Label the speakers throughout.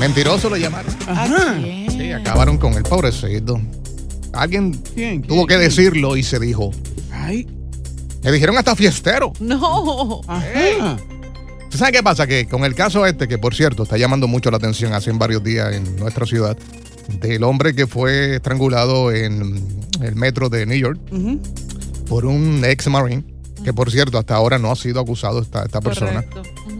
Speaker 1: Mentiroso lo llamaron. Sí, acabaron con el pobrecito. Alguien tuvo que decirlo y se dijo. Le dijeron hasta fiestero.
Speaker 2: No.
Speaker 1: ¿Usted sabe qué pasa? Que con el caso este, que por cierto está llamando mucho la atención hace varios días en nuestra ciudad, del hombre que fue estrangulado en el metro de New York por un ex marine, que por cierto hasta ahora no ha sido acusado esta, esta persona.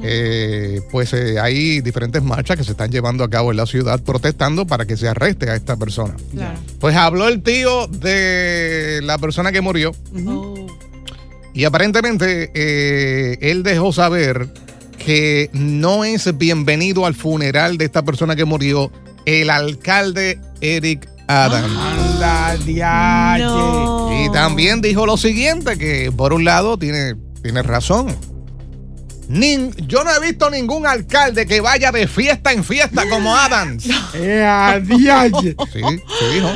Speaker 1: Eh, pues eh, hay diferentes marchas que se están llevando a cabo en la ciudad protestando para que se arreste a esta persona.
Speaker 2: Claro.
Speaker 1: Pues habló el tío de la persona que murió y aparentemente eh, él dejó saber que no es bienvenido al funeral de esta persona que murió el alcalde Eric Adams.
Speaker 2: No.
Speaker 1: Y también dijo lo siguiente, que por un lado tiene, tiene razón. Nin- yo no he visto ningún alcalde que vaya de fiesta en fiesta como Adams. Sí, se dijo.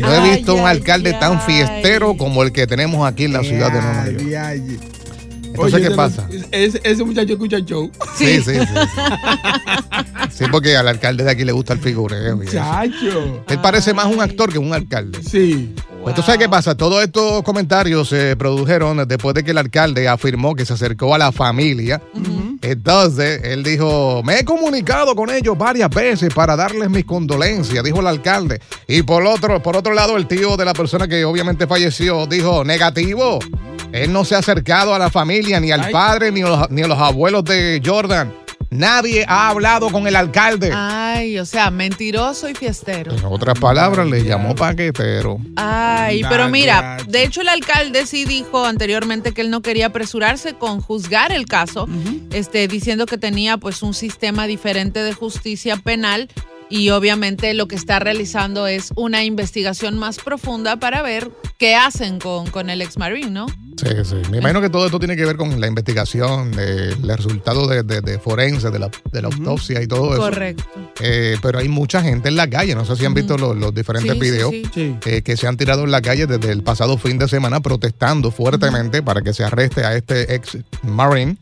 Speaker 1: No he
Speaker 2: Ay,
Speaker 1: visto un
Speaker 2: ay,
Speaker 1: alcalde tan
Speaker 2: ay.
Speaker 1: fiestero como el que tenemos aquí en la ciudad de Nueva York. Entonces, ¿qué pasa?
Speaker 3: Ese, ese muchacho escucha el show.
Speaker 1: Sí, sí, sí. Sí, Sí, porque al alcalde de aquí le gusta el figureo. y eso.
Speaker 3: Muchacho.
Speaker 1: Él parece más un actor que un alcalde.
Speaker 3: Sí.
Speaker 1: Pues, Entonces, ¿qué pasa? Todos estos comentarios se produjeron después de que el alcalde afirmó que se acercó a la familia. Entonces, él dijo, me he comunicado con ellos varias veces para darles mis condolencias, dijo el alcalde. Y por otro, por otro lado, el tío de la persona que obviamente falleció dijo, negativo. Él no se ha acercado a la familia, ni al
Speaker 3: Ay.
Speaker 1: padre, ni a los, ni a los abuelos de Jordan. Nadie ha hablado con el alcalde.
Speaker 2: Ah. Ay, o sea, mentiroso y fiestero.
Speaker 1: En otras palabras, le llamó paquetero.
Speaker 2: Ay, pero
Speaker 3: Dale,
Speaker 2: mira,
Speaker 3: dale.
Speaker 2: de hecho el alcalde sí dijo anteriormente que él no quería apresurarse con juzgar el caso, este, diciendo que tenía pues un sistema diferente de justicia penal y obviamente lo que está realizando es una investigación más profunda para ver qué hacen con, con el ex marine, ¿no?
Speaker 1: Sí, sí. Me imagino que todo esto tiene que ver con la investigación, eh, el resultado de, de, de forense, de la, de la autopsia y todo eso.
Speaker 2: Correcto.
Speaker 1: Eh, pero hay mucha gente en la calle. No sé si han visto los, los diferentes
Speaker 2: Sí, sí,
Speaker 1: videos
Speaker 2: sí.
Speaker 3: Sí.
Speaker 1: eh, que se han tirado en la calle desde el pasado fin de semana protestando fuertemente para que se arreste a este ex Marine,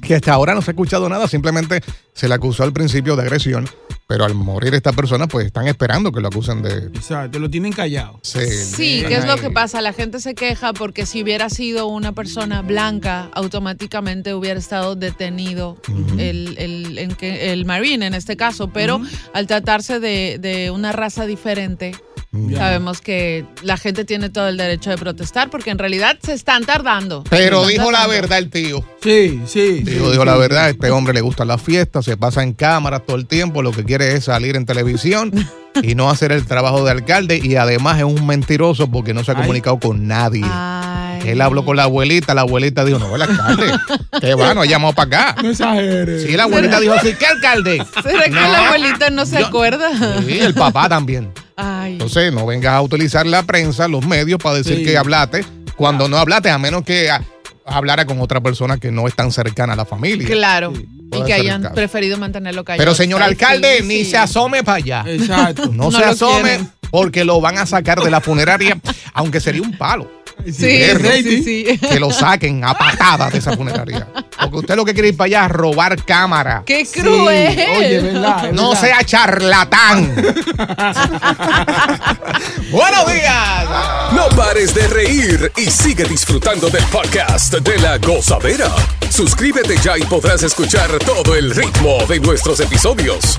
Speaker 1: que hasta ahora no se ha escuchado nada, simplemente se le acusó al principio de agresión, pero al morir esta persona, pues están esperando que lo acusen de...
Speaker 3: Exacto, lo tienen callado.
Speaker 1: se-
Speaker 2: Sí,
Speaker 1: de-
Speaker 2: ¿qué es lo que pasa? La gente se queja porque si hubiera sido una persona blanca, automáticamente hubiera estado detenido el, el, en que- el marine en este caso, pero al tratarse de, de una raza diferente, sabemos que la gente tiene todo el derecho de protestar porque en realidad se están tardando.
Speaker 1: Pero
Speaker 2: Se están
Speaker 1: dijo la
Speaker 2: tardando.
Speaker 1: verdad el tío.
Speaker 3: Sí, sí. sí,
Speaker 1: Digo, digo
Speaker 3: sí.
Speaker 1: la verdad, a este hombre le gustan las fiestas, se pasa en cámaras todo el tiempo, lo que quiere es salir en televisión y no hacer el trabajo de alcalde y además es un mentiroso porque no se ha
Speaker 3: Ay.
Speaker 1: comunicado con nadie.
Speaker 2: Ay,
Speaker 1: Él habló con la abuelita, la abuelita dijo, no, el alcalde, que va, nos ha llamado para acá.
Speaker 3: No exageres.
Speaker 1: Sí, la abuelita dijo, sí, ¿qué alcalde?
Speaker 2: ¿Será que
Speaker 1: No.
Speaker 2: la abuelita no se acuerda?
Speaker 1: Sí, el papá también.
Speaker 2: Ay.
Speaker 1: Entonces, no vengas a utilizar la prensa, los medios, para decir
Speaker 2: Sí.
Speaker 1: que hablaste cuando no hablaste, a menos que ah, hablara con otra persona que no es tan cercana a la familia.
Speaker 2: Claro. Y
Speaker 1: Puede
Speaker 2: que
Speaker 1: ser el
Speaker 2: hayan
Speaker 1: caso.
Speaker 2: preferido mantenerlo callado.
Speaker 1: Pero, señor
Speaker 2: Ay,
Speaker 1: alcalde,
Speaker 2: sí,
Speaker 1: ni
Speaker 2: sí.
Speaker 1: se asome para allá.
Speaker 3: Exacto.
Speaker 1: No,
Speaker 2: No
Speaker 1: se
Speaker 2: lo
Speaker 1: asome
Speaker 2: quieren.
Speaker 1: porque lo van a sacar de la funeraria, aunque sería un palo.
Speaker 2: Sí,
Speaker 1: Verlo.
Speaker 2: sí, sí, sí.
Speaker 1: Que lo saquen a patadas de esa funeraria. Porque usted lo que quiere ir para allá es robar cámara.
Speaker 2: ¡Qué cruel!
Speaker 3: Oye, verdad. es
Speaker 1: No
Speaker 3: verdad.
Speaker 1: sea charlatán. Buenos días.
Speaker 4: No pares de reír y sigue disfrutando del podcast de la gozadera. Suscríbete ya y podrás escuchar todo el ritmo de nuestros episodios.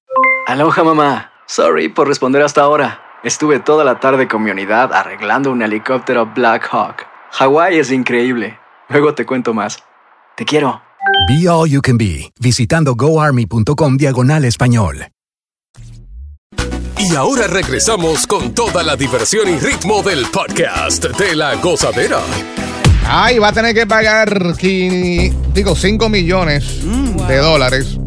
Speaker 5: Aloha mamá. Sorry por responder hasta ahora. Estuve toda la tarde con mi unidad arreglando un helicóptero Black Hawk. Hawái es increíble. Luego te cuento más. Te quiero.
Speaker 6: Be All You Can Be, visitando goarmy.com diagonal español.
Speaker 4: Y ahora regresamos con toda la diversión y ritmo del podcast de la gozadera.
Speaker 1: Ay, va a tener que pagar quini- digo, 5 millones de dólares.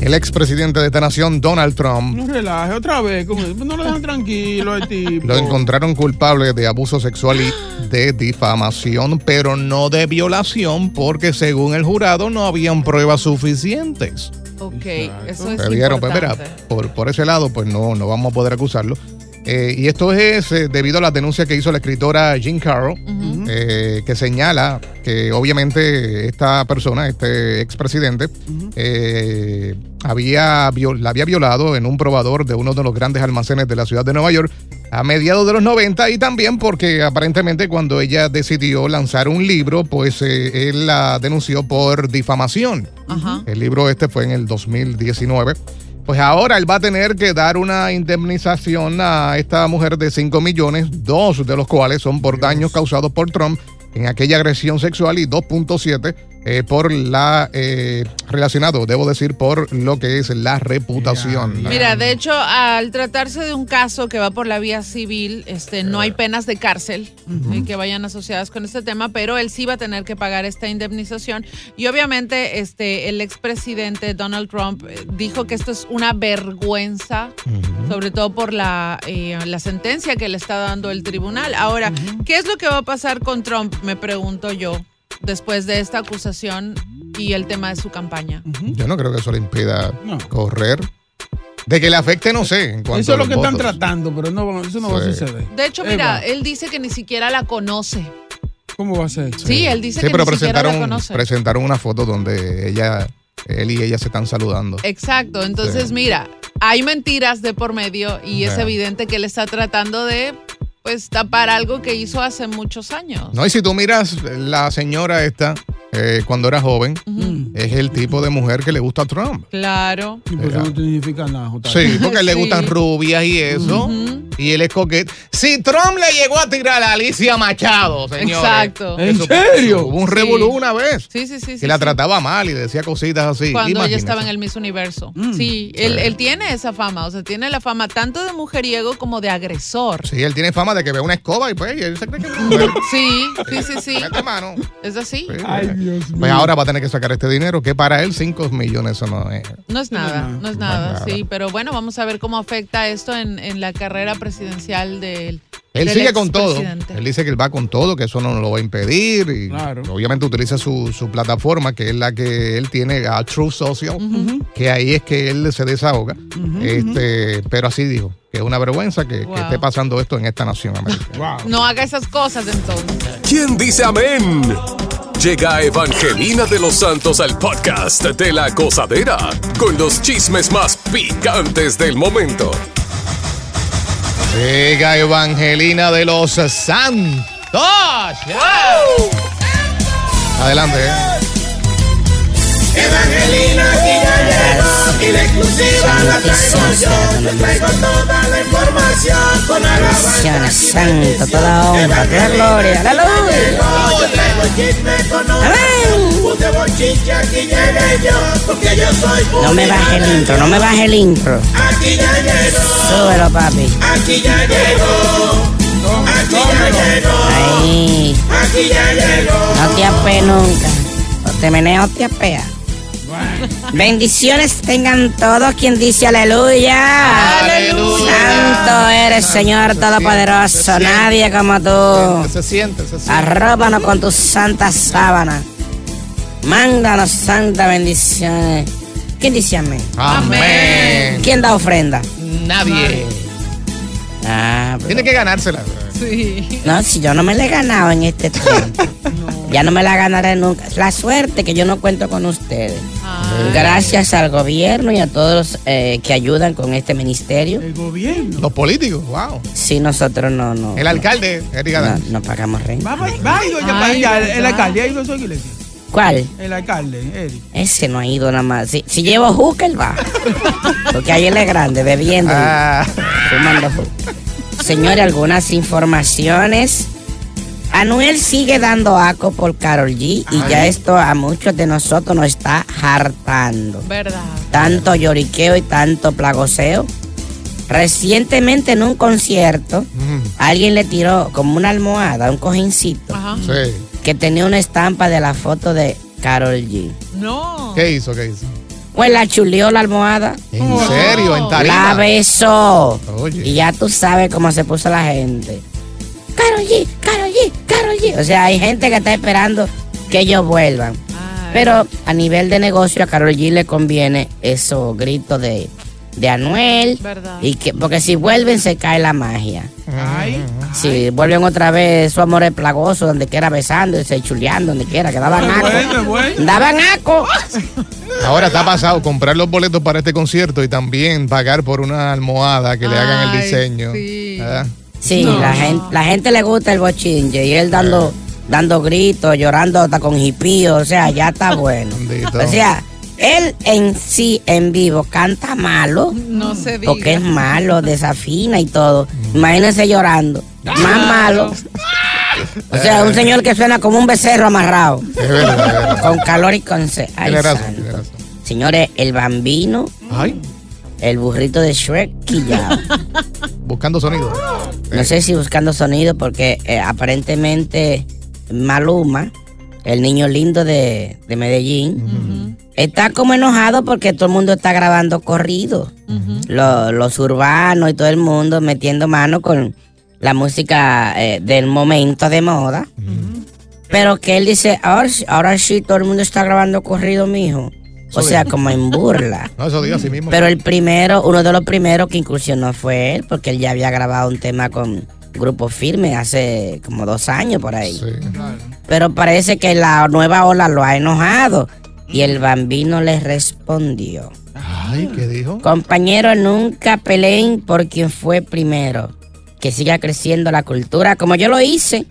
Speaker 1: El expresidente de esta nación, Donald Trump,
Speaker 3: No relaje otra vez. como- pues, No lo dejan tranquilo al tipo.
Speaker 1: lo encontraron culpable de abuso sexual y de difamación, pero no de violación, porque según el jurado no habían pruebas suficientes.
Speaker 2: Ok, eso es
Speaker 1: Te vieron, pues mira,
Speaker 2: importante.
Speaker 1: por, por ese lado, pues no, no vamos a poder acusarlo. Eh, y esto es eh, debido a las denuncias que hizo la escritora Jean Carroll, eh, que señala que obviamente esta persona, este expresidente, eh, había viol- la había violado en un probador de uno de los grandes almacenes de la ciudad de Nueva York a mediados de los 90 y también porque aparentemente cuando ella decidió lanzar un libro, pues eh, él la denunció por difamación.
Speaker 2: Ajá.
Speaker 1: El libro este fue en el 2019. Pues ahora él va a tener que dar una indemnización a esta mujer de 5 millones, dos de los cuales son por daños causados por Trump en aquella agresión sexual y 2.7 eh, por la eh, relacionado, debo decir, por lo que es la reputación. La-
Speaker 2: Mira, de hecho, al tratarse de un caso que va por la vía civil, este, no hay penas de cárcel eh, que vayan asociadas con este tema, pero él sí va a tener que pagar esta indemnización. Y obviamente, este, el expresidente Donald Trump eh, dijo que esto es una vergüenza, sobre todo por la, eh, la sentencia que le está dando el tribunal. Ahora, ¿qué es lo que va a pasar con Trump? Me pregunto yo, después de esta acusación y el tema de su campaña.
Speaker 1: Yo no creo que eso le impida correr. De que le afecte, no sé. en cuanto
Speaker 3: Eso
Speaker 1: a
Speaker 3: es lo
Speaker 1: los
Speaker 3: que están
Speaker 1: votos.
Speaker 3: tratando, pero no, va- eso no va a
Speaker 1: Sí.
Speaker 3: suceder.
Speaker 2: De hecho, mira, él dice que ni siquiera la conoce.
Speaker 3: ¿Cómo va a ser?
Speaker 2: Sí, él dice
Speaker 1: Sí,
Speaker 2: que
Speaker 1: pero
Speaker 2: ni siquiera la
Speaker 1: presentaron,
Speaker 2: conoce.
Speaker 1: presentaron una foto donde ella, él y ella se están saludando.
Speaker 2: Eh. Exacto, entonces
Speaker 1: Sí.
Speaker 2: mira, hay mentiras de por medio y es
Speaker 1: Ya.
Speaker 2: evidente que él está tratando de pues tapar algo que hizo hace muchos años.
Speaker 1: No, y si tú miras la señora esta, eh, cuando era joven,
Speaker 3: Mm.
Speaker 1: es el tipo de mujer que le gusta a Trump. Eh,
Speaker 2: Claro.
Speaker 3: Y pues eso no significa nada, J.
Speaker 1: Sí, porque le gustan rubias y eso. Y él es coquete. Si Trump le llegó a tirar a Alicia Machado, señores.
Speaker 2: Exacto.
Speaker 1: Eso-
Speaker 2: ¿En serio?
Speaker 1: Hubo un revolú
Speaker 2: Sí.
Speaker 1: una vez.
Speaker 2: Sí, sí, sí.
Speaker 1: que
Speaker 2: sí,
Speaker 1: la
Speaker 2: sí.
Speaker 1: trataba mal y decía cositas así.
Speaker 2: Cuando
Speaker 1: Imagínate.
Speaker 2: ella estaba en el Miss Universo. sí, Él, él tiene esa fama, o sea, tiene la fama tanto de mujeriego como de agresor.
Speaker 1: Sí, él tiene fama de que ve una escoba y pues y él se cree que
Speaker 2: Sí, sí, sí, sí.
Speaker 1: mano.
Speaker 2: Es así.
Speaker 1: Ay, Pues ahora va a tener que sacar este dinero, que para él 5 millones eso no es.
Speaker 2: No es nada, no es nada, sí, pero bueno, vamos a ver cómo afecta esto en, en la carrera presidencial del...
Speaker 1: Él
Speaker 2: del
Speaker 1: sigue con todo.
Speaker 2: expresidente.
Speaker 1: Él dice que él va con todo, que eso no lo va a impedir. Y Obviamente utiliza su, su plataforma, que es la que él tiene, a True Social, que ahí es que él se desahoga.
Speaker 2: Eh,
Speaker 1: este, Pero así dijo, que es una vergüenza que, que
Speaker 2: Wow.
Speaker 1: esté pasando esto en esta nación americana.
Speaker 2: No haga esas cosas entonces.
Speaker 4: ¿Quién dice amén? Llega Evangelina de los Santos al podcast de la gozadera con los chismes más picantes del momento.
Speaker 1: Llega Evangelina de los Santos. Adelante. ¿eh?
Speaker 7: Evangelina Quiñones y la exclusiva la traigo yo. Te traigo toda la información con alabanza.
Speaker 8: Santo, toda honra, toda gloria. Aleluya.
Speaker 7: Yo traigo el chisme con
Speaker 8: Amén.
Speaker 7: Un de bochinche aquí llegué yo, porque yo soy
Speaker 8: No me baje el intro, no me baje el intro.
Speaker 7: Aquí ya llegó,
Speaker 8: Súbelo, papi.
Speaker 7: aquí ya llegó. Aquí ya llegó,
Speaker 8: Ahí.
Speaker 7: aquí ya llegó.
Speaker 8: No te ape nunca. O te menea o te apea. Bendiciones tengan todos quien dice aleluya.
Speaker 1: Aleluya.
Speaker 8: Santo eres, Señor Todopoderoso. Nadie como tú.
Speaker 1: Se siente, se siente.
Speaker 8: Arrópanos con tus santas sábanas. Mándanos santas bendiciones. ¿Quién dice amén?
Speaker 1: Amén.
Speaker 8: ¿Quién da ofrenda?
Speaker 1: Nadie.
Speaker 8: Ah,
Speaker 1: Tiene que ganársela.
Speaker 2: Sí.
Speaker 8: No, si yo no me la he ganado en este tiempo. Ya no me la ganaré nunca. La suerte que yo no cuento con ustedes. Gracias al gobierno y a todos los eh, que ayudan con este ministerio.
Speaker 1: El gobierno. Los políticos, wow.
Speaker 8: Si nosotros no, no.
Speaker 1: El alcalde, Eric Adams.
Speaker 8: No, no pagamos renta.
Speaker 3: Va, y doña
Speaker 8: Ay,
Speaker 3: Padilla, el,
Speaker 8: ¿verdad?
Speaker 3: el alcalde, ahí lo soy iglesia.
Speaker 8: ¿Cuál?
Speaker 3: El alcalde, Eric.
Speaker 8: Ese no ha ido nada más. Si, si llevo juca, él va. Porque ahí él es grande, bebiendo. y Fumando juca. Señores, algunas informaciones. Anuel sigue dando aco por Carol G. Y ya esto a muchos de nosotros nos está hartando.
Speaker 2: ¿Verdad?
Speaker 8: Tanto lloriqueo y tanto plagoseo. Recientemente en un concierto, alguien le tiró como una almohada, un cojincito,
Speaker 2: Ajá.
Speaker 8: que tenía una estampa de la foto de Carol G.
Speaker 2: No.
Speaker 1: ¿Qué hizo? ¿Qué hizo?
Speaker 8: Pues la chuleó la almohada.
Speaker 1: ¿En serio? ¿En tarima?
Speaker 8: La besó. Y ya tú sabes cómo se puso la gente. Carol G, Carol G, Carol G. O sea, hay gente que está esperando que ellos vuelvan. Pero a nivel de negocio a Carol G le conviene esos gritos de, de Anuel. Y que, porque si vuelven se cae la magia. Si vuelven otra vez, su amor es plagoso, donde quiera besándose, chuleando, donde quiera, que daban
Speaker 1: Vuelve,
Speaker 8: aco.
Speaker 1: vuelve.
Speaker 8: Daban aco.
Speaker 1: Ahora está pasado comprar los boletos para este concierto y también pagar por una almohada que le hagan el diseño. ¿verdad?
Speaker 8: Sí, la, gente, la gente le gusta el bochinche y él dando, dando gritos, llorando hasta con hipío, o sea, ya está bueno. o sea, él en sí, en vivo, canta malo,
Speaker 2: No se diga.
Speaker 8: porque es malo, desafina y todo. Imagínense llorando,
Speaker 2: Ah.
Speaker 8: más malo. O sea, un señor que suena como un becerro amarrado. Con calor y con sed. Ay,
Speaker 1: Tiene razón,
Speaker 8: santo.
Speaker 1: tiene razón.
Speaker 8: Señores, el bambino,
Speaker 1: Ay,
Speaker 8: el burrito de Shrek, quillao.
Speaker 1: buscando sonido.
Speaker 8: No sé si buscando sonido porque eh, aparentemente Maluma, el niño lindo de, de Medellín, está como enojado porque todo el mundo está grabando corrido. Lo- los, urbanos y todo el mundo metiendo mano con la música eh, del momento de moda. Pero que él dice, ahora, sí- ahora sí todo el mundo está grabando corrido, mijo. O
Speaker 1: Eso
Speaker 8: sea,
Speaker 1: dijo.
Speaker 8: como en burla.
Speaker 1: No, eso diga así mismo.
Speaker 8: Pero el primero, uno de los primeros que incursionó fue él, porque él ya había grabado un tema con Grupo Firme hace como dos años por ahí. Pero parece que la nueva ola lo ha enojado. Y el bambino le respondió.
Speaker 1: Ay, ¿qué dijo?
Speaker 8: Compañero, nunca peleen por quien fue primero. Que siga creciendo la cultura como yo lo hice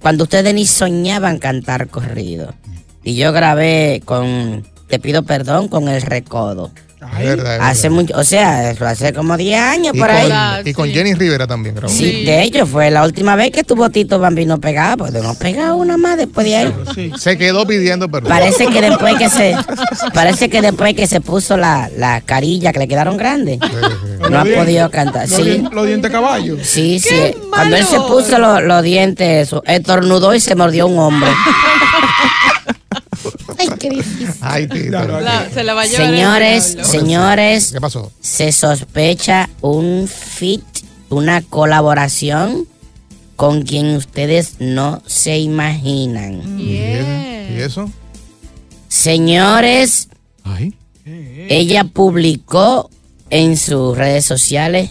Speaker 8: cuando ustedes ni soñaban cantar corrido. Y yo grabé con, te pido perdón, con el recodo.
Speaker 1: Es verdad, es
Speaker 8: Hace mucho, o sea, eso hace como 10 años
Speaker 1: Y
Speaker 8: por
Speaker 1: con-
Speaker 8: ahí.
Speaker 1: Y con Jenny Rivera también grabó.
Speaker 8: Sí, de hecho, fue la última vez que estuvo Tito Bambino pegado, porque no pegaba una más después de ahí.
Speaker 1: Se quedó pidiendo perdón.
Speaker 8: Parece que después pues, que se parece que después que se puso la, la carilla que le quedaron grandes, no ha
Speaker 3: Los dientes.
Speaker 8: podido cantar.
Speaker 3: Los
Speaker 8: Sí,
Speaker 3: dien- Los dientes caballo.
Speaker 8: sí, sí. Cuando él se puso lo- los dientes, eso, estornudó y se mordió un hombro.
Speaker 1: Ay, Tito.
Speaker 2: La- se la va a llevar. el
Speaker 8: Señores,
Speaker 2: diablo.
Speaker 8: señores,
Speaker 1: ¿Qué pasó?
Speaker 8: se sospecha un fit, una colaboración con quien ustedes no se imaginan.
Speaker 1: ¿Y eso?
Speaker 8: Señores, ella publicó en sus redes sociales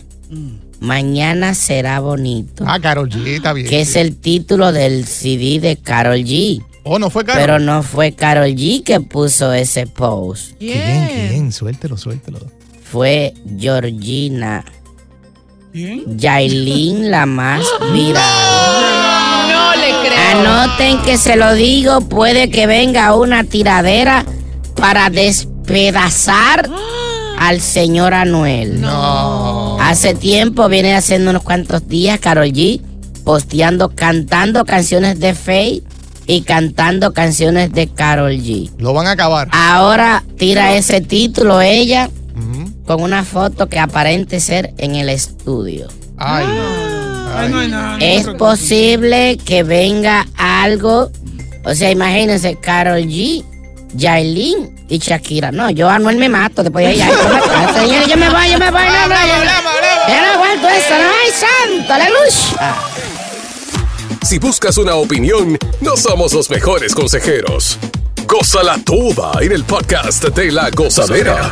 Speaker 8: Mañana será bonito.
Speaker 1: Ah, Carol G, está bien.
Speaker 8: Que es el título del CD de Carol G.
Speaker 1: Oh, no fue Karol.
Speaker 8: Pero no fue Carol G que puso ese post.
Speaker 1: ¿Quién? ¿Quién? Suéltelo, suéltelo.
Speaker 8: Fue Georgina Yailin, la más viral.
Speaker 2: No le creo.
Speaker 8: Anoten que se lo digo, puede que venga una tiradera para despedazar al señor Anuel. No. Hace tiempo viene haciendo unos cuantos días Carol G posteando, cantando canciones de Faye y cantando canciones de Carol G.
Speaker 1: Lo van a acabar.
Speaker 8: Ahora tira ese título ella con una foto que aparente ser en el estudio. Ah.
Speaker 1: Ay.
Speaker 3: Ay, no hay nada. no
Speaker 8: Es
Speaker 3: creo que-
Speaker 8: posible que venga algo. O sea, imagínense, Carol G, Yailin y Shakira. No, yo a Anuel me mato después de ella. Yo me mato, señores, yo me voy, yo me voy. No, no, yo, no- yo no aguanto esto. No, ay, santo, aleluya.
Speaker 4: Si buscas una opinión, no somos los mejores consejeros. Cosa la tuba en el podcast de la gozadera.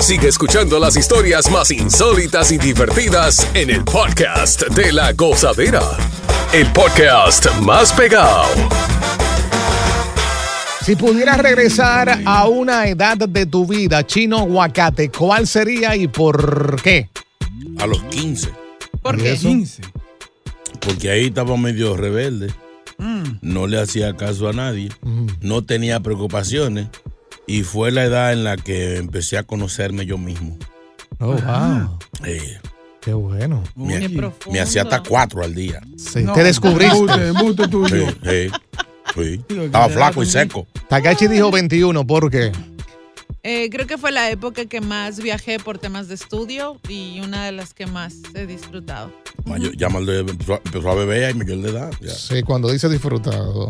Speaker 4: Sigue escuchando las historias más insólitas y divertidas en el podcast de la gozadera. El podcast más pegado.
Speaker 1: Si pudieras regresar a una edad de tu vida, chino aguacate, ¿cuál sería y por qué?
Speaker 9: A los 15.
Speaker 1: ¿Por qué?
Speaker 9: Porque ahí estaba medio rebelde.
Speaker 3: Mm.
Speaker 9: No le hacía caso a nadie. No tenía preocupaciones. Y fue la edad en la que empecé a conocerme yo mismo.
Speaker 1: Oh, wow.
Speaker 9: Eh,
Speaker 1: Qué bueno.
Speaker 9: me, me hacía hasta cuatro al día.
Speaker 1: Te descubriste.
Speaker 9: Sí, sí, sí. Estaba flaco y seco.
Speaker 1: Takachi dijo 21, ¿por qué?
Speaker 2: Eh, creo que fue la época que más viajé por temas de estudio y una de las que más he disfrutado.
Speaker 9: Ma, yo- ya Maldo empezó, a- empezó a beber y me dio la edad. ya.
Speaker 1: Sí, cuando dice disfrutado.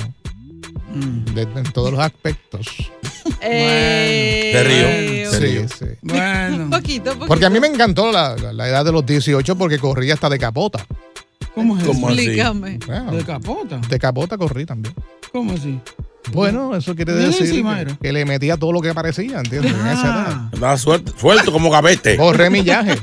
Speaker 1: De- en todos los aspectos.
Speaker 2: Eh,
Speaker 9: Te río. Te
Speaker 1: Sí,
Speaker 9: río.
Speaker 1: sí.
Speaker 2: Un poquito, poquito.
Speaker 1: Porque a mí me encantó la, la- la edad de los 18 porque corría hasta de capota.
Speaker 3: ¿Cómo es eso?
Speaker 1: ¿Cómo así?
Speaker 2: Explícame.
Speaker 1: Claro.
Speaker 3: ¿De capota?
Speaker 1: De capota corrí también.
Speaker 3: ¿Cómo así?
Speaker 1: Bueno, eso quiere
Speaker 3: Dile
Speaker 1: decir
Speaker 3: encima,
Speaker 1: que-
Speaker 3: era. Ah,
Speaker 1: que, le metía todo lo que aparecía, ¿entiendes? En esa edad.
Speaker 9: Andaba suelto, suelto como gavete.
Speaker 1: Corré millaje.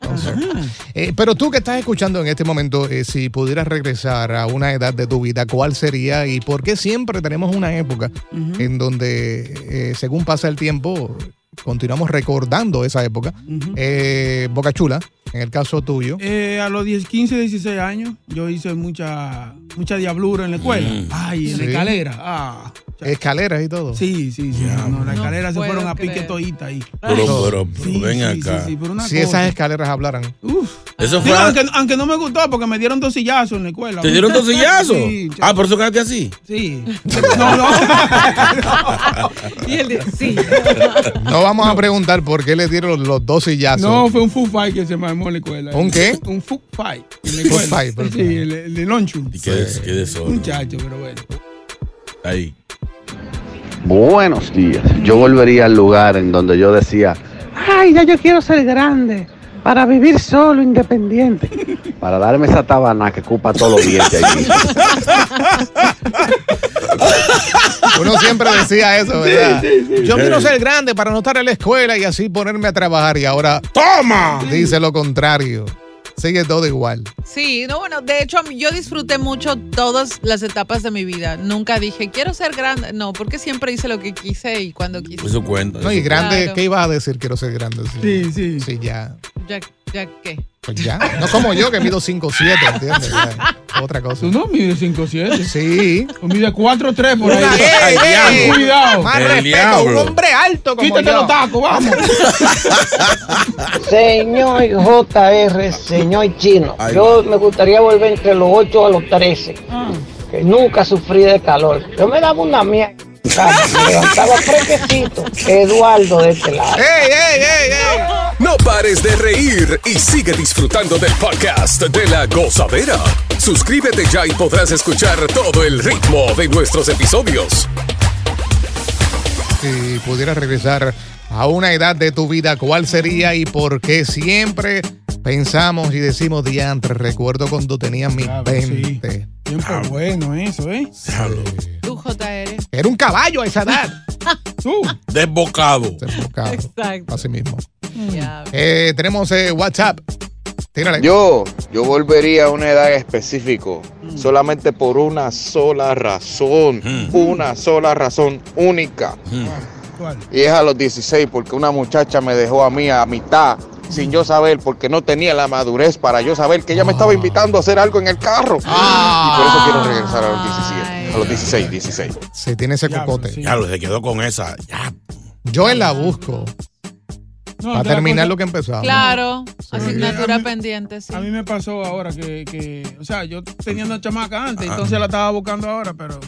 Speaker 1: Entonces, eh, pero tú que estás escuchando en este momento, eh, si pudieras regresar a una edad de tu vida, ¿cuál sería y por qué siempre tenemos una época en donde, eh, según pasa el tiempo, continuamos recordando esa época? Eh, Boca Chula, en el caso tuyo.
Speaker 3: Eh, a los 10, 15, 16 años, yo hice mucha, mucha diablura en la escuela. Ay, en
Speaker 1: Sí.
Speaker 3: la escalera. Ah,
Speaker 1: Escaleras y todo.
Speaker 3: Sí, sí, sí. No, no, las escaleras se
Speaker 1: puedo
Speaker 3: fueron a
Speaker 1: creer.
Speaker 3: pique todita ahí.
Speaker 9: Pero, pero, pero ven acá.
Speaker 1: si esas escaleras hablaran.
Speaker 9: Eso
Speaker 3: Digo,
Speaker 9: fue.
Speaker 3: aunque, aunque no me gustó porque me dieron dos sillazos en la escuela.
Speaker 9: ¿Te dieron dos sillazos?
Speaker 3: Sí,
Speaker 9: ah, por eso quedaste así.
Speaker 3: sí. No, no.
Speaker 2: Y él dice, sí.
Speaker 1: No vamos a preguntar por qué le dieron los, los dos sillazos.
Speaker 3: Eh, No, fue un food fight que se me armó en la escuela.
Speaker 1: ¿Un qué?
Speaker 3: Un food fight. en la
Speaker 1: Food
Speaker 3: escuela.
Speaker 1: fight, perfecto.
Speaker 3: Sí, el, el de Lonchu.
Speaker 9: ¿Y qué, des- qué desorden?
Speaker 3: Muchacho, pero bueno.
Speaker 9: Ahí.
Speaker 10: Buenos días. Yo volvería al lugar en donde yo decía,
Speaker 11: Ay, ya yo quiero ser grande para vivir solo, independiente.
Speaker 10: para darme esa tabana que ocupa todo los dientes allí.
Speaker 1: Uno siempre decía eso, ¿verdad? Yo
Speaker 10: Sí.
Speaker 1: quiero ser grande para no estar en la escuela y así ponerme a trabajar. Y ahora, ¡toma! Dice lo contrario. Sigue todo igual.
Speaker 2: Sí, no, bueno, de hecho yo disfruté mucho todas las etapas de mi vida. Nunca dije, quiero ser grande. No, porque siempre hice lo que quise y cuando quise.
Speaker 9: Eso cuenta.
Speaker 1: No, y
Speaker 9: eso
Speaker 1: grande,
Speaker 2: Claro.
Speaker 1: ¿qué ibas a decir? Quiero ser grande. Sí, sí. Sí, ya.
Speaker 2: Ya, ya qué.
Speaker 1: Pues ya. No como yo que mido 5'7, ¿entiendes? Ya, Otra cosa.
Speaker 3: Tú no mides 5'7.
Speaker 1: Sí.
Speaker 3: Tú mides 4'3 por ahí.
Speaker 1: Una- ¡Ey,
Speaker 3: Ten
Speaker 1: ey!
Speaker 3: Cuidado.
Speaker 1: Más El respeto a un diablo. hombre
Speaker 3: alto
Speaker 1: como
Speaker 3: Quítate
Speaker 1: yo.
Speaker 3: los tacos, vamos.
Speaker 12: Señor JR, señor chino,
Speaker 3: Ahí
Speaker 12: yo me gustaría volver entre los 8 a los 13, que nunca sufrí de calor. Yo me daba una mierda, me levantaba fresquecito. Eduardo de este lado.
Speaker 4: No pares de reír y sigue disfrutando del podcast de la gozadera. Suscríbete ya y podrás escuchar todo el ritmo de nuestros episodios.
Speaker 1: Si pudieras regresar a una edad de tu vida, ¿cuál sería y por qué siempre pensamos y decimos diantre? Recuerdo cuando tenía mis 20.
Speaker 3: Tiempo Ah, bueno eso, ¿eh? Tú, JR.
Speaker 1: Era un caballo a esa edad.
Speaker 3: Tú.
Speaker 9: Desbocado.
Speaker 1: Desbocado.
Speaker 3: Exacto. Mm.
Speaker 1: Así mismo. Eh, tenemos eh, WhatsApp. Tírale.
Speaker 13: Yo, yo volvería a una edad específica, solamente por una sola razón,
Speaker 9: Mm.
Speaker 13: una sola razón única. Y es a los 16, porque una muchacha me dejó a mí a mitad, sin yo saber, porque no tenía la madurez para yo saber que ella me
Speaker 9: Ah.
Speaker 13: estaba invitando a hacer algo en el carro.
Speaker 1: Ah.
Speaker 13: Y por eso quiero regresar a los 17, a los 16, 16.
Speaker 1: Se tiene ese cocote.
Speaker 9: Ya lo se quedó con esa. Ya.
Speaker 1: Yo en la busco. para
Speaker 3: te la
Speaker 1: terminar
Speaker 3: cosa-
Speaker 1: lo que empezamos.
Speaker 2: Claro,
Speaker 3: A
Speaker 2: asignatura
Speaker 3: mí-
Speaker 2: pendiente, sí.
Speaker 3: A mí me pasó ahora que, que, o sea, yo tenía una chamaca antes,
Speaker 13: Ah.
Speaker 1: Ajá.
Speaker 3: entonces la estaba buscando ahora, pero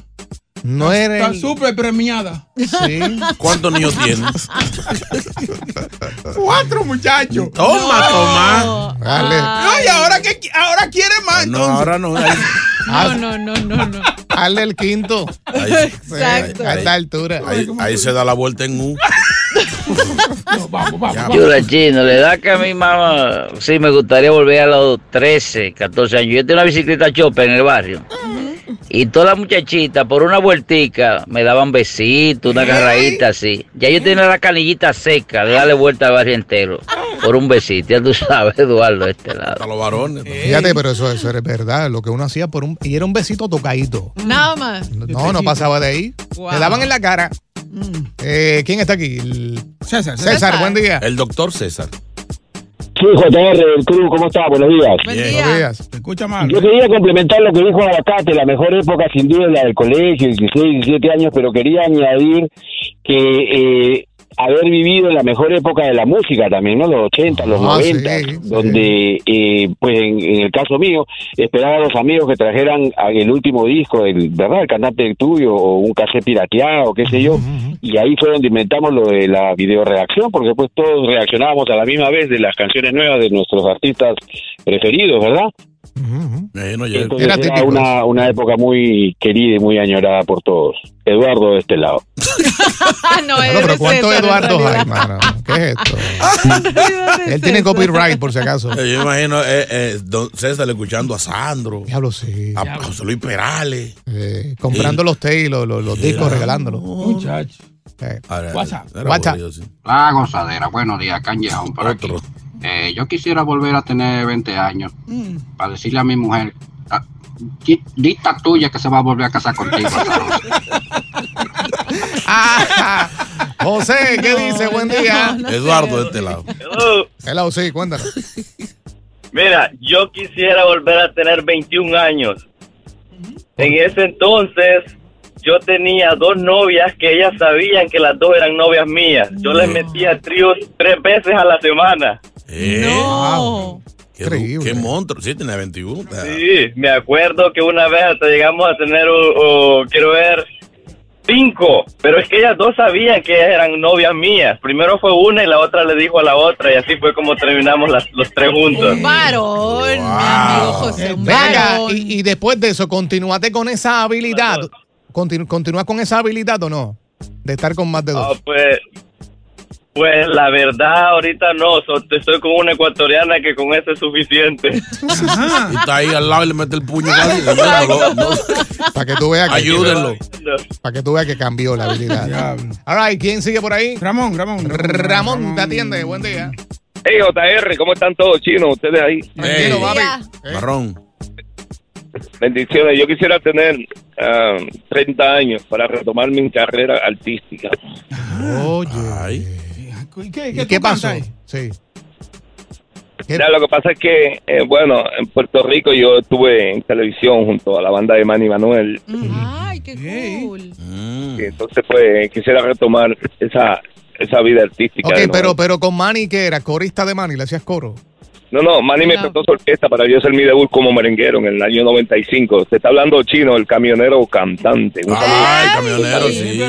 Speaker 1: No eres.
Speaker 3: está súper premiada.
Speaker 1: Sí.
Speaker 9: ¿Cuántos niños tienes?
Speaker 3: Cuatro muchachos.
Speaker 9: Toma,
Speaker 3: No.
Speaker 9: toma.
Speaker 1: Dale.
Speaker 3: Ay, ahora que qui- ahora quiere más.
Speaker 9: No,
Speaker 3: entonces.
Speaker 9: ahora no.
Speaker 1: Haz-
Speaker 3: no, no, no, no.
Speaker 1: Hazle el quinto.
Speaker 3: Exacto.
Speaker 1: A esta altura.
Speaker 9: Ahí, ahí se da la vuelta en U.
Speaker 14: Chula chino, la edad que a mi mamá sí me gustaría volver a los 13, 14 años. Yo tenía una bicicleta chopa en el barrio. Y todas las muchachitas por una vueltica me daban besitos, una agarradita así. Ya yo tenía la canillita seca de darle vuelta al barrio entero. Por un besito, ya tú sabes, Eduardo, de este lado.
Speaker 9: A los varones.
Speaker 1: Fíjate, pero eso, eso es verdad. Lo que uno hacía por un. Y era un besito tocadito.
Speaker 2: Nada más.
Speaker 1: No, no pasaba de ahí.
Speaker 2: Wow.
Speaker 1: Te daban en la cara. Eh, ¿Quién está aquí? El-
Speaker 3: César.
Speaker 1: César, buen día.
Speaker 9: El doctor César.
Speaker 15: Sí, JR del Cruz, ¿cómo está? Buenos días.
Speaker 3: Escucha mal.
Speaker 15: Yo quería complementar lo que dijo Aguacate, la mejor época sin duda es la del colegio, 16, 17 años, pero quería añadir que eh, haber vivido la mejor época de la música también, ¿no? Los 80, los
Speaker 16: Ah,
Speaker 15: 90,
Speaker 16: sí,
Speaker 15: donde, eh, pues en, en el caso mío, esperaba a los amigos que trajeran a- el último disco, el, ¿verdad? El cantante del tuyo, o un cassette pirateado, qué sé yo, y ahí fue donde inventamos lo de la videoreacción, porque pues todos reaccionábamos a la misma vez de las canciones nuevas de nuestros artistas preferidos, ¿verdad? Entonces
Speaker 9: Era
Speaker 15: era,
Speaker 9: típico
Speaker 15: una, una época muy querida y muy añorada por todos. Eduardo de este lado.
Speaker 2: no,
Speaker 1: Claro, pero ¿cuántos
Speaker 2: César, en
Speaker 1: Eduardo hay,
Speaker 2: realidad.
Speaker 1: mano? ¿Qué es esto? Él tiene copyright, por si acaso.
Speaker 9: Eh, Yo imagino eh, eh, don César escuchando a Sandro.
Speaker 1: Diablo, sí.
Speaker 9: A Ah, pues, José Luis Perales.
Speaker 1: Eh, comprando los tapes, los, los- los discos, regalándolos.
Speaker 3: Muchacho.
Speaker 1: Eh.
Speaker 9: WhatsApp.
Speaker 1: WhatsApp.
Speaker 17: La Ah, gozadera, buenos días, Canjejón por aquí. Eh, yo quisiera volver a tener 20 años para decirle a mi mujer, "Ah, di- dita tuya que se va a volver a casar contigo.
Speaker 1: José, ¿qué dice? Buen día.
Speaker 9: Eduardo de este lado.
Speaker 1: Hello, sí, cuéntanos.
Speaker 18: Mira, yo quisiera volver a tener 21 años. En ese entonces yo tenía dos novias que ellas sabían que las dos eran novias mías. Yo les metía tríos tres veces a la semana.
Speaker 9: No. Eh, Qué, du- qué monstruo. Sí, tiene 21. o sea,
Speaker 18: Sí, me acuerdo que una vez hasta llegamos a tener, o, o, quiero ver, cinco. Pero es que ellas dos sabían que ellas eran novias mías. Primero fue una y la otra le dijo a la otra y así fue como terminamos las- los tres juntos.
Speaker 2: Un varón, mi amigo José, un
Speaker 1: Ven acá,
Speaker 2: varón.
Speaker 1: Eh, y, y después de eso, continuaste con esa habilidad. Continu- ¿Continúas con esa habilidad o no? De estar con más de dos.
Speaker 18: Pues, pues la verdad, ahorita no. so- estoy con una ecuatoriana que con eso es suficiente.
Speaker 9: Y está ahí al lado y le mete el puño. casi. No, no,
Speaker 1: Para que tú veas que,
Speaker 9: Ayúdenlo.
Speaker 1: Para que tú veas que cambió la habilidad. All right, ¿quién sigue por ahí?
Speaker 3: Ramón, Ramón.
Speaker 1: Ramón, te atiende. Buen día.
Speaker 19: Hey, JR, ¿cómo están todos chinos? Ustedes ahí.
Speaker 1: Tranquilo, papi.
Speaker 9: Marrón.
Speaker 19: Bendiciones. Yo quisiera tener ah, 30 años para retomar mi carrera artística.
Speaker 1: Oye.
Speaker 9: Ay.
Speaker 3: ¿Y qué,
Speaker 1: ¿Y qué
Speaker 3: tú cantas
Speaker 1: pasó?
Speaker 3: ahí?
Speaker 1: Sí.
Speaker 19: Ya, lo que pasa es que, eh, bueno, en Puerto Rico yo estuve en televisión junto a la banda de Manny Manuel.
Speaker 2: Ay, qué cool.
Speaker 1: Mm.
Speaker 19: Y entonces, pues, quisiera retomar esa, esa vida artística.
Speaker 1: Ok,
Speaker 19: de nuevo.
Speaker 1: pero, pero con Manny, ¿qué era? ¿Corista de Manny? ¿Le hacías coro?
Speaker 19: No, no, Manny me trató su orquesta para yo hacer mi debut como merenguero en el año 95. Se está hablando chino, el camionero cantante.
Speaker 9: Ah,
Speaker 19: Un camionero, sí.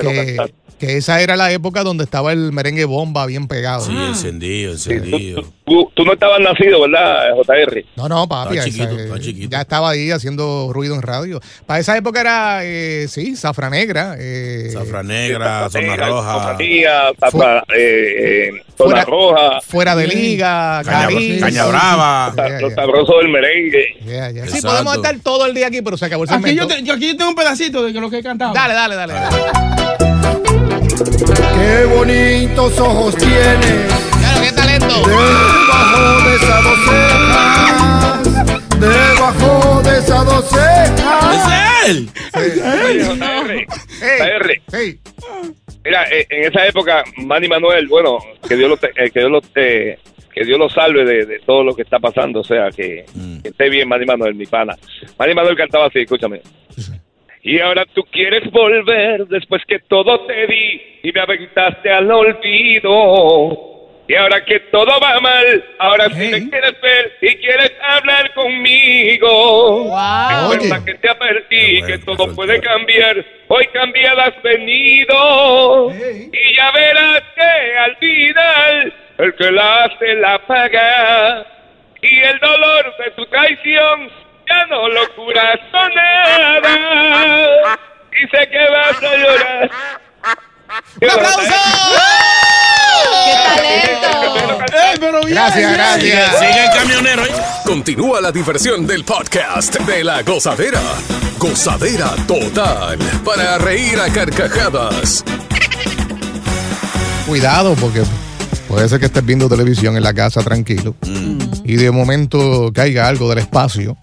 Speaker 1: Que, que esa era la época donde estaba el merengue bomba bien pegado.
Speaker 9: Sí, encendido, encendido.
Speaker 19: Tú, tú no estabas nacido, ¿verdad, JR?
Speaker 1: No, no, papi.
Speaker 19: Está
Speaker 1: esa,
Speaker 19: chiquito,
Speaker 1: eh, Ya estaba ahí haciendo ruido en radio. Para esa época era, eh, sí, Zafra Negra. eh,
Speaker 9: Zafra negra, zona
Speaker 19: Negra,
Speaker 9: roja.
Speaker 19: Compañía, Tapa, eh, eh,
Speaker 1: Fuera-
Speaker 19: Zona Roja.
Speaker 1: Fuera de liga,
Speaker 9: Caña-
Speaker 1: Cariz.
Speaker 9: Caña Brava.
Speaker 19: Lo sabroso del merengue.
Speaker 1: Sí, podemos estar todo el día aquí, pero se acabó el
Speaker 3: Aquí yo,
Speaker 1: segmento.
Speaker 3: te- yo aquí tengo un pedacito de lo que he cantado. Dale,
Speaker 1: dale, dale.
Speaker 20: Qué bonitos ojos tienes. Claro, qué talento. Debajo de esas dos cejas. Debajo de esas dos cejas.
Speaker 19: ¡Es él! JR. Mira, eh, en esa época, Manny Manuel, bueno, que Dios lo, te- eh, que Dios lo, te- que Dios lo salve de, de todo lo que está pasando, o sea, que, que esté bien Manny Manuel, mi pana. Manny Manuel cantaba así, escúchame. Y ahora tú quieres volver después que todo te di y me aventaste al olvido. Y ahora que todo va mal, ahora sí me quieres ver y quieres hablar conmigo. Recuerda que te advertí que todo puede cambiar. Hoy cambia las venido y ya verás que al final el que la hace la paga y el dolor de tu traición ya no lo curas con nada. Y sé que vas a llorar. ¡Un aplauso!
Speaker 1: Gracias, gracias.
Speaker 4: Sigue el camionero. ¿eh? Continúa la diversión del podcast de la gozadera. Gozadera total. Para reír a carcajadas.
Speaker 1: Cuidado, porque puede ser que estés viendo televisión en la casa tranquilo y de momento caiga algo del espacio,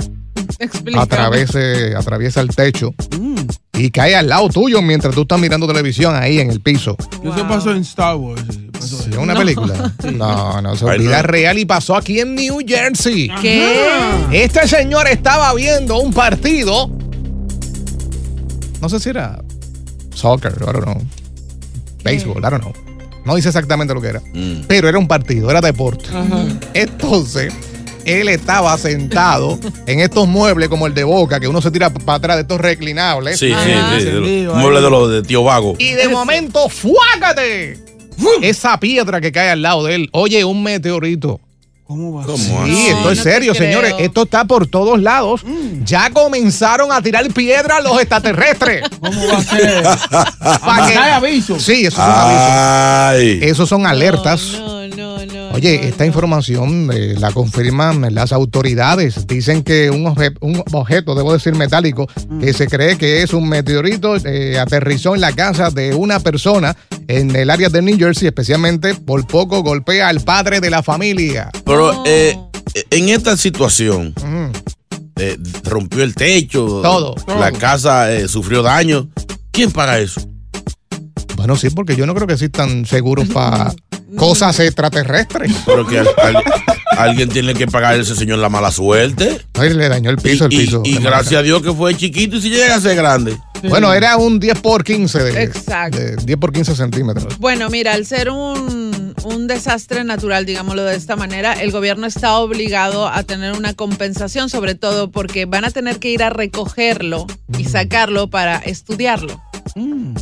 Speaker 1: atravese, atraviesa el techo
Speaker 3: Mm.
Speaker 1: y cae al lado tuyo mientras tú estás mirando televisión ahí en el piso.
Speaker 3: Eso pasó en Star Wars. eh, Pasó
Speaker 1: ¿Es una película? No, no, se olvida real y pasó aquí en New Jersey.
Speaker 3: ¿Qué?
Speaker 1: Este señor estaba viendo un partido. No sé si era soccer, I don't know. Béisbol, I don't know. No dice exactamente lo que era. Pero era un partido, era deporte. Entonces, él estaba sentado en estos muebles como el de Boca, que uno se tira para atrás de estos reclinables.
Speaker 9: Sí, sí, sí. de los- Mueble de los de tío vago.
Speaker 1: Y de momento, ¡fuácate! Esa piedra que cae al lado de él. Oye, un meteorito.
Speaker 3: ¿Cómo va?
Speaker 1: Sí,
Speaker 3: No,
Speaker 1: esto es
Speaker 3: no te
Speaker 1: serio,
Speaker 3: creo.
Speaker 1: señores. Esto está por todos lados.
Speaker 3: Mm.
Speaker 1: Ya comenzaron a tirar piedras los extraterrestres.
Speaker 3: ¿Cómo va a ser?
Speaker 1: Pa' que-
Speaker 3: Hay aviso.
Speaker 1: Sí, esos son avisos. Esos son alertas. Oye, esta información eh, la confirman las autoridades. Dicen que un, obje- un objeto, debo decir metálico, que se cree que es un meteorito, eh, aterrizó en la casa de una persona en el área de New Jersey, especialmente por poco golpea al padre de la familia.
Speaker 9: Pero eh, en esta situación, eh, rompió el techo.
Speaker 1: Todo.
Speaker 9: La casa eh, sufrió daño. ¿Quién paga eso?
Speaker 1: Bueno, sí, porque yo no creo que existan seguros para cosas extraterrestres.
Speaker 9: Pero que al- al- alguien tiene que pagar a ese señor la mala suerte.
Speaker 1: Ay, le dañó el piso, el
Speaker 9: Y-
Speaker 1: piso.
Speaker 9: Y, gracias a Dios que fue chiquito y si llega a ser grande.
Speaker 1: Bueno, era un 10 por 15. de-
Speaker 2: Exacto.
Speaker 1: de 10 por 15 centímetros.
Speaker 2: Bueno, mira, al ser un, un desastre natural, digámoslo de esta manera, el gobierno está obligado a tener una compensación, sobre todo porque van a tener que ir a recogerlo y sacarlo para estudiarlo.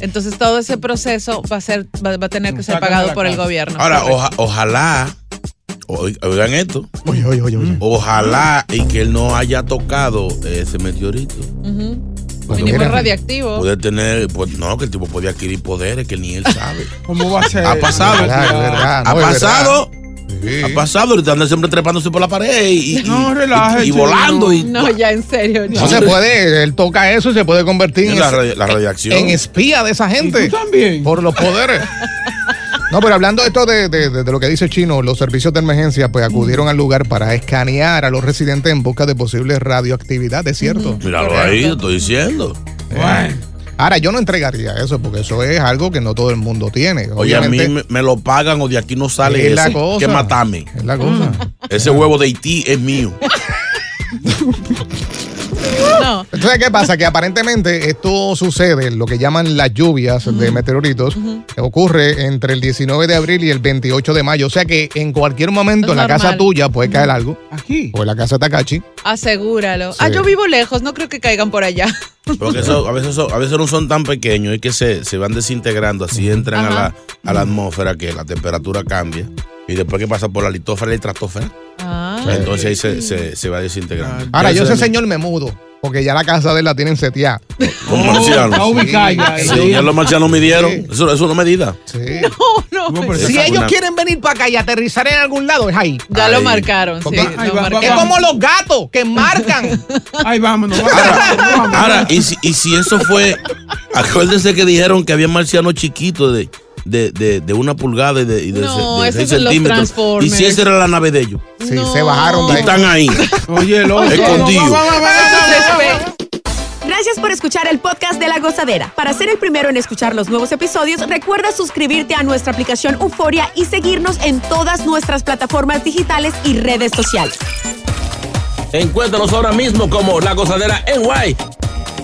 Speaker 2: Entonces todo ese proceso va a ser va, va a tener que ser pagado por el gobierno.
Speaker 9: Ahora,
Speaker 2: Correcto.
Speaker 9: oja- ojalá, oi- oigan esto. Ojalá y que él no haya tocado ese meteorito.
Speaker 2: Ujú.
Speaker 9: Porque
Speaker 2: Mínimo
Speaker 9: puede-
Speaker 2: radiactivo.
Speaker 9: Puede tener, pues, no, que el tipo podía adquirir poderes que ni él sabe.
Speaker 3: ¿Cómo va a ser?
Speaker 9: Ha pasado. ha pasado. Ha pasado. Ahorita anda siempre trepándose por la pared y, y-
Speaker 3: No,
Speaker 9: y-
Speaker 3: relaje,
Speaker 9: y volando. Y,
Speaker 2: No, ya en serio.
Speaker 1: No se puede, él toca eso y se puede convertir en,
Speaker 9: la,
Speaker 1: es-
Speaker 9: radi- la radiación.
Speaker 1: en espía de esa gente. Por los poderes. No, pero hablando de esto de, de- de- de lo que dice Chino, los servicios de emergencia pues acudieron al lugar para escanear a los residentes en busca de posible radioactividad, es cierto.
Speaker 9: Míralo ahí, estoy diciendo.
Speaker 1: Ahora, yo no entregaría eso porque eso es algo que no todo el mundo tiene.
Speaker 9: Oye, a mí
Speaker 1: Obviamente,
Speaker 9: me, me lo pagan o de aquí no sale
Speaker 1: Es la
Speaker 9: ese,
Speaker 1: cosa.
Speaker 9: que matame.
Speaker 1: es la cosa.
Speaker 9: Ese huevo de Haití es mío.
Speaker 1: Entonces, ¿qué pasa? Que aparentemente esto sucede, lo que llaman las lluvias de meteoritos, ocurre entre el 19 de abril y el 28 de mayo. O sea que en cualquier momento
Speaker 2: Es
Speaker 1: en la casa
Speaker 2: normal.
Speaker 1: tuya puede caer algo. Aquí. O en la casa de Takachi.
Speaker 2: Asegúralo. Ah,
Speaker 9: Sí.
Speaker 2: yo vivo lejos, no creo que caigan por allá.
Speaker 9: Porque eso- a, veces son- a veces no son tan pequeños, es que se, se van desintegrando, así entran a la, a la atmósfera que la temperatura cambia. Y después que pasa por la litósfera y la estratosfera, entonces ahí se, se- se va desintegrando.
Speaker 1: Ahora, yo
Speaker 9: Eso
Speaker 1: ese
Speaker 9: es-
Speaker 1: señor me mudo, porque ya la casa de él la tienen seteada.
Speaker 9: Con marcianos.
Speaker 1: está ubicada ya,
Speaker 9: Sí,
Speaker 1: ahí.
Speaker 9: ya los marcianos midieron. Eso, eso es una medida.
Speaker 2: No, no.
Speaker 9: pero
Speaker 21: Si
Speaker 9: esa-
Speaker 21: ellos
Speaker 9: una-
Speaker 21: quieren venir para acá y aterrizar en algún lado, es ahí.
Speaker 2: Ya lo marcaron, sí.
Speaker 21: Porque-
Speaker 2: lo marcaron.
Speaker 21: Es como los gatos que marcan.
Speaker 3: Ahí vámonos.
Speaker 9: Ahora, y si, y si eso fue. Acuérdense que dijeron que había marcianos chiquitos de, de, de, de una pulgada y de, y de,
Speaker 2: No,
Speaker 9: de
Speaker 2: esos
Speaker 9: seis
Speaker 2: son los
Speaker 9: centímetros. Y
Speaker 2: Transformers.
Speaker 9: si esa era la nave de ellos.
Speaker 1: Sí, se bajaron
Speaker 9: Y están ahí.
Speaker 3: Oye, el
Speaker 9: oso. Escondido.
Speaker 22: Gracias por escuchar el podcast de La Gozadera. Para ser el primero en escuchar los nuevos episodios, recuerda suscribirte a nuestra aplicación Euforia y seguirnos en todas nuestras plataformas digitales y redes sociales.
Speaker 23: Encuéntranos ahora mismo como La Gozadera en Guay.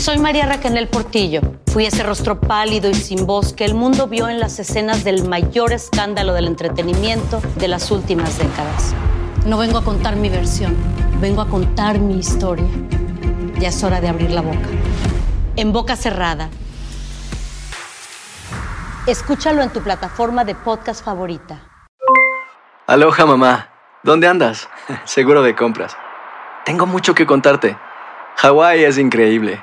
Speaker 24: Soy María Raquel Portillo. Fui ese rostro pálido y sin voz que el mundo vio en las escenas del mayor escándalo del entretenimiento de las últimas décadas. No vengo a contar mi versión, vengo a contar mi historia. Ya es hora de abrir la boca. En boca cerrada. Escúchalo en tu plataforma de podcast favorita.
Speaker 5: Aloha mamá, ¿dónde andas? Seguro de compras. Tengo mucho que contarte. Hawái es increíble.